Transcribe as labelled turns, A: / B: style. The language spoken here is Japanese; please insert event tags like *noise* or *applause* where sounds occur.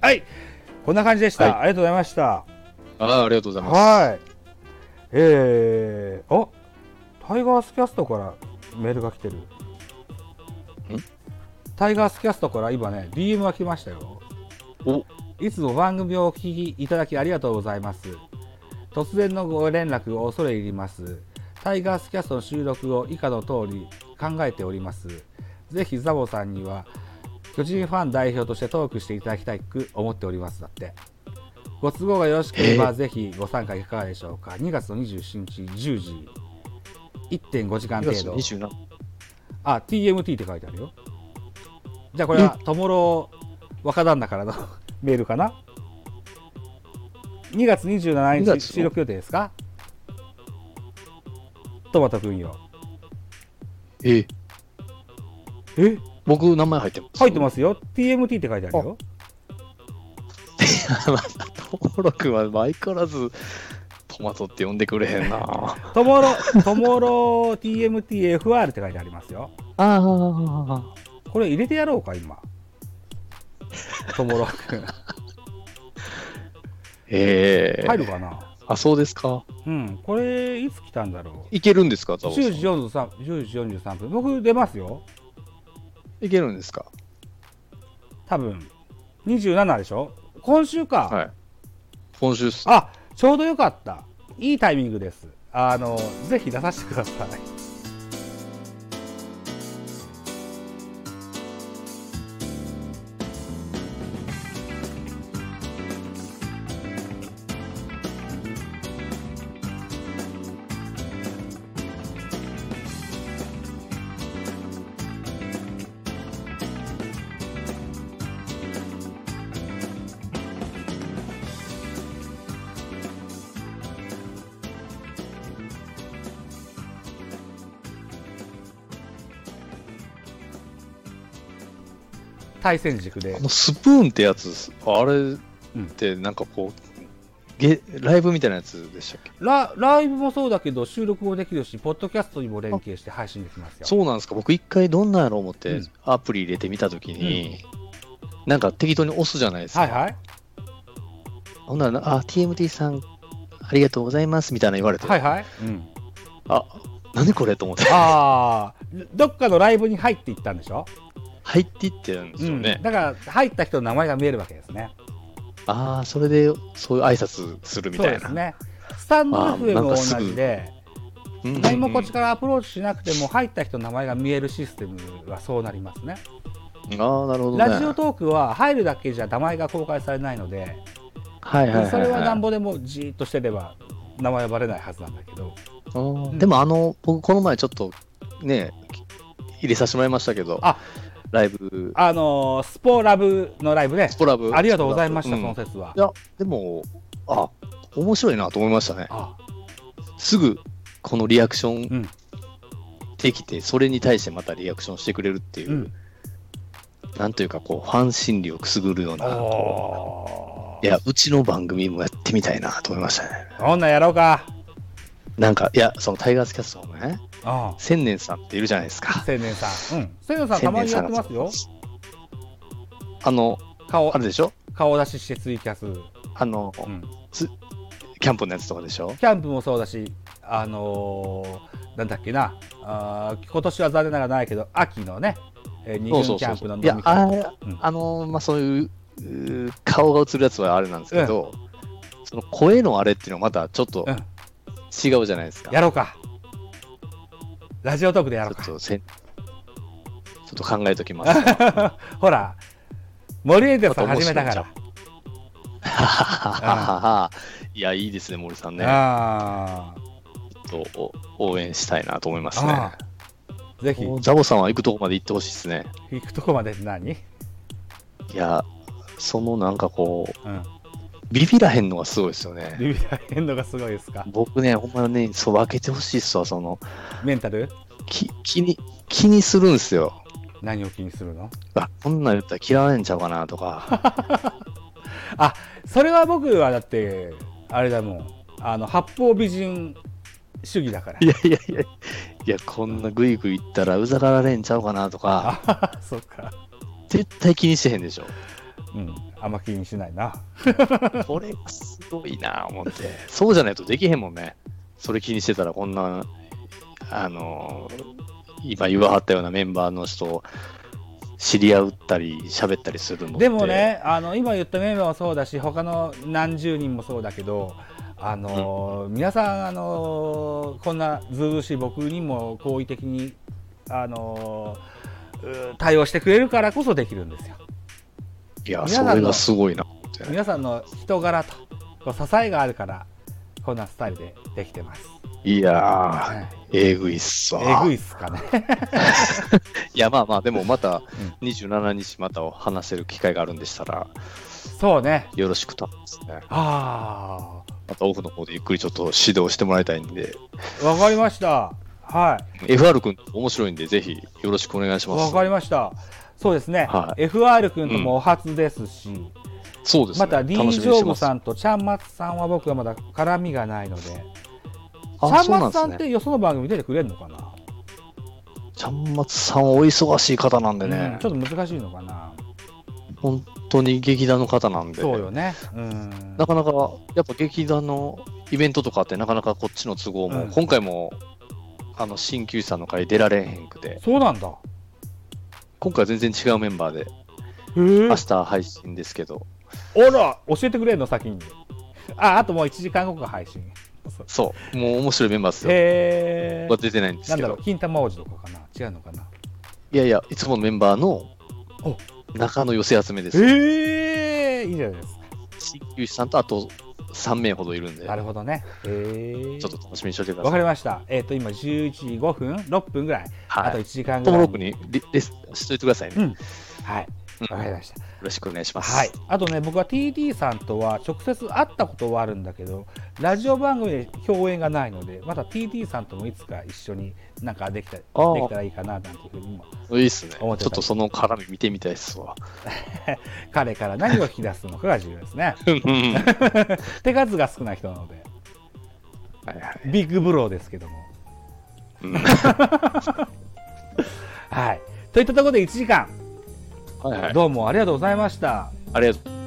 A: はいこんな感じでした、
B: はい
A: ありがとうございました
B: あーありがとうございます。
A: はいえー、あタイガースキャストからメールが来てるタイガースキャストから今ね DM が来ましたよ
B: お
A: いつも番組をお聞きいただきありがとうございます。突然のご連絡を恐れ入ります。タイガースキャストの収録を以下の通り考えております。ぜひザボさんには巨人ファン代表としてトークしていただきたく思っております。だって。ご都合がよろしけれ
B: え
A: ば
B: ー
A: ぜひご参加いかがでしょうか。2月の27日10時1.5時間
B: 2
A: 程
B: 月
A: 度。
B: 27
A: あ、TMT って書いてあるよ。じゃあこれは、ともろ若旦那からの *laughs* メールかな。2月
B: 二
A: 27日
B: 月
A: 収録予定ですかトマト君よ。
B: えー
A: え
B: 僕、名前入ってます。
A: 入って
B: ま
A: ますよ。TMT って書いてあるよ。
B: す。登録は相変わらず、トマトって呼んでくれへんな。あ
A: ともろ、ともろ TMTFR って書いてありますよ。
B: あ。
A: これ入れてやろうか、今。ともろ君。
B: ええ
A: 入るかな
B: あ、そうですか。
A: うん。これ、いつ来たんだろう。
B: いけるんですか、ザボさん
A: 10時43 10時43分。僕出ますよ。
B: いけるんですか。
A: 多分27でしょ今週か、
B: はい。今週っす。
A: あちょうどよかったいいタイミングですあのぜひ出させてください対戦軸で
B: このスプーンってやつっす、あれってなんかこう、ゲライブみたいなやつでしたっけ
A: ラライブもそうだけど収録もできるしポッドキャストにも連携して配信できますよ
B: そうなんですか、僕一回どんなんやろう思って、
A: うん
B: アプリ入れてみたときに、なんか適当に押すじゃないですか。
A: はいはい
B: ほんなら、あ、TMT さん、ありがとうございますみたいな言われて、
A: はいはい、うん、
B: あ、何これと思って、 *laughs*
A: ああどっかのライブに入っていったんでしょ
B: 入っていってるんですよ
A: う
B: ね
A: ん、。だから入った人の名前が見えるわけですね
B: ああ、それでそういう挨拶するみ
A: そう
B: た
A: で
B: い
A: す
B: な。
A: ねスタンド
B: あー
A: FM
B: なん
A: も
B: かす
A: 同
B: ぐ
A: じで
B: うんうんうん
A: 何もこっちからアプローチしなくても入った人の名前が見えるシステムはそうなりますね
B: ああ、なるほどね。
A: ラジオトークは入るだけじゃ名前が公開されないので、
B: はいはいはい、はい。
A: それはなんぼでもじーっとしてれば名前はバレないはずなんだけど、
B: あー
A: うん
B: でもあの僕この前ちょっとねき入れさせてもらいましたけど
A: あ
B: ライブ
A: あのースポラブのライブね
B: ス、ポラブ
A: ありがとうございました、
B: うん
A: その
B: い
A: 説は。
B: やでもあ面白いなと思いましたね
A: あ
B: すぐこのリアクショ
A: う
B: ン
A: ん
B: できて、それに対してまたリアクションしてくれるっていう、
A: うん
B: なんというかこうファン心理をくすぐるような
A: お
B: いやうちの番組もやってみたいなと思いましたね
A: ーこんなんやろうか。
B: なんかいやそのタイガースキャストのね
A: うん青
B: 千年さんっているじゃないですか
A: 年さん。うん。青年さんたまにやってますよ。
B: あの
A: 顔
B: あれでしょ
A: 顔出ししてツイキャス、
B: あの、
A: うん
B: キャンプのやつとかでしょ
A: キャンプもそうだし、あのーなんだっけな、あー今年は残念ながらないけど、秋のね、えー二
B: そ
A: 軍
B: うそう
A: キ
B: そ
A: ャン
B: う
A: プ
B: そ
A: の
B: う。
A: 飲
B: いや
A: み、
B: あ
A: 会。
B: れ
A: うん
B: あの、まあ、そういううー、顔が映るやつはあれなんですけど、その声のあれっていうのはまたちょっと
A: うん
B: 違うじゃないですか。
A: やろうか。ラジオトークでやろう
B: ちょっ
A: か。
B: とせん、ちょっと考えときます。
A: ほら、森エイデルさん始めたか
B: ちょっ
A: ら。
B: いや、いいですね、森さんね。
A: あ
B: ちょっとお応援したいなと思いますね
A: あ。ー。ぜひ、
B: ザボさんは行くとこまで行ってほしいですね。
A: 行くとこまでって
B: *laughs*
A: 何
B: いや、そのなんかこう、
A: うん。
B: ビビらへんのがすごいですよね。
A: 指が変のがすごいですか。
B: 僕ね、ほんまね、そう分けてほしいっすわ、その、
A: メンタル
B: き気に、気にするんですよ。
A: 何を気にするの
B: あこんなん言ったら嫌われんちゃうかな
A: *laughs*
B: とか
A: それは僕はだって、あれだもん。あの、八方美人主義だから
B: い。やいやいやいやこんなグイグイ言ったらうざがられんちゃうかなとか
A: あそうか。 *laughs*
B: 絶対気にしてへんでしょ
A: うん、あんま気にしないな。
B: これがすごいな思ってそうじゃないとできへんもんねそれ気にしてたらこんなあの今言わはったようなメンバーの人知り合ったり喋ったりするのって
A: でもね、あの今言ったメンバーもそうだし、他の何十人もそうだけど、あのー皆さん、あのーこんなずうずうしい僕にも好意的に、あのーうー対応してくれるからこそできるんですよ。
B: いや
A: 皆
B: そ
A: さんの
B: れがすごいな思って
A: 皆さんの人柄とこう支えがあるから、こんなスタイルでできてます。
B: いや
A: はい
B: ーえぐいっすわ
A: えぐいっす
B: *laughs*
A: かね。
B: いやまあまあでもまた27日また話せる機会があるんでしたら
A: そうね。
B: よろしくとですね
A: あ
B: またオフの方でゆっくりちょっと指導してもらいたいんで
A: あ、わかりました。はい。
B: FR 君面白いんでぜひよろしくお願いします
A: わかりました。そうですね。
B: は
A: FR 君ともお初ですし、
B: そうですね
A: また D ・ジ
B: 楽しみにし
A: ョー
B: てま
A: ブ
B: す
A: さんとちゃんまつさんは僕はまだ絡みがないので、ち
B: あ
A: ゃん
B: そうな
A: ま
B: ん
A: つ
B: です
A: さ
B: ね
A: んってよその番組出てくれるのかな、
B: ちゃんまつさんはお忙しい方なんで
A: うん
B: ね
A: ち、ょっと難しいのかな。
B: 本当に劇団の方なんで、
A: そうよね。うん。
B: なかなかやっぱ劇団のイベントとかって、なかなかこっちの都合も、
A: うん
B: 今回もあの鍼灸師さんの会出られへんくて、
A: そうなんだ。へ
B: 今回は全然違うメンバーで、
A: え
B: 明。日配信ですけど、
A: あら、教えてくれんの先に。あ、あともう1時間後が配信。
B: そう、もう面白いメンバーですよ。
A: へ
B: は
A: え。
B: 出てないんで
A: な
B: す
A: ん
B: け
A: だろ
B: ど
A: う、、金玉王子とかかな違うのかない
B: やいや、いつものメンバーの
A: お
B: 中の寄せ集めです。
A: へえ。いいじゃないですか。
B: 鍼灸師さんとあと3名ほどいるんで、ち
A: な
B: ょ
A: るほどね。へえ。
B: っと楽しみにしといてくだ
A: わ
B: さ
A: か
B: い。
A: りました。えっ、と、今、11時5分、6分ぐらい。あ
B: は
A: と
B: い
A: 1時間ぐ
B: トモ
A: ら
B: ロ
A: い
B: ーク。にリレスしといてくださいね。
A: はい。
B: うん
A: わかりました。
B: よろしくお願いします。
A: はい。あとね、僕は TD さんとは直接会ったことはあるんだけど、ラジオ番組で共演がないので、また TD さんともいつか一緒になんかできたで
B: あー
A: きたらいいかななんていうふうにも、
B: いいっすね。ちょ
A: 思
B: っ
A: ってた
B: とその絡み見てみたいっすわ。
A: 彼から何を引き出すのかが重要です
B: *laughs*
A: ね。
B: うんはい
A: 手数が少ない人なので、
B: はい。
A: ビッグブローですけども。 *laughs*
B: うん
A: はい。といったところで1時間、
B: はいはい。
A: どうもありがとうございました。
B: ありがとう。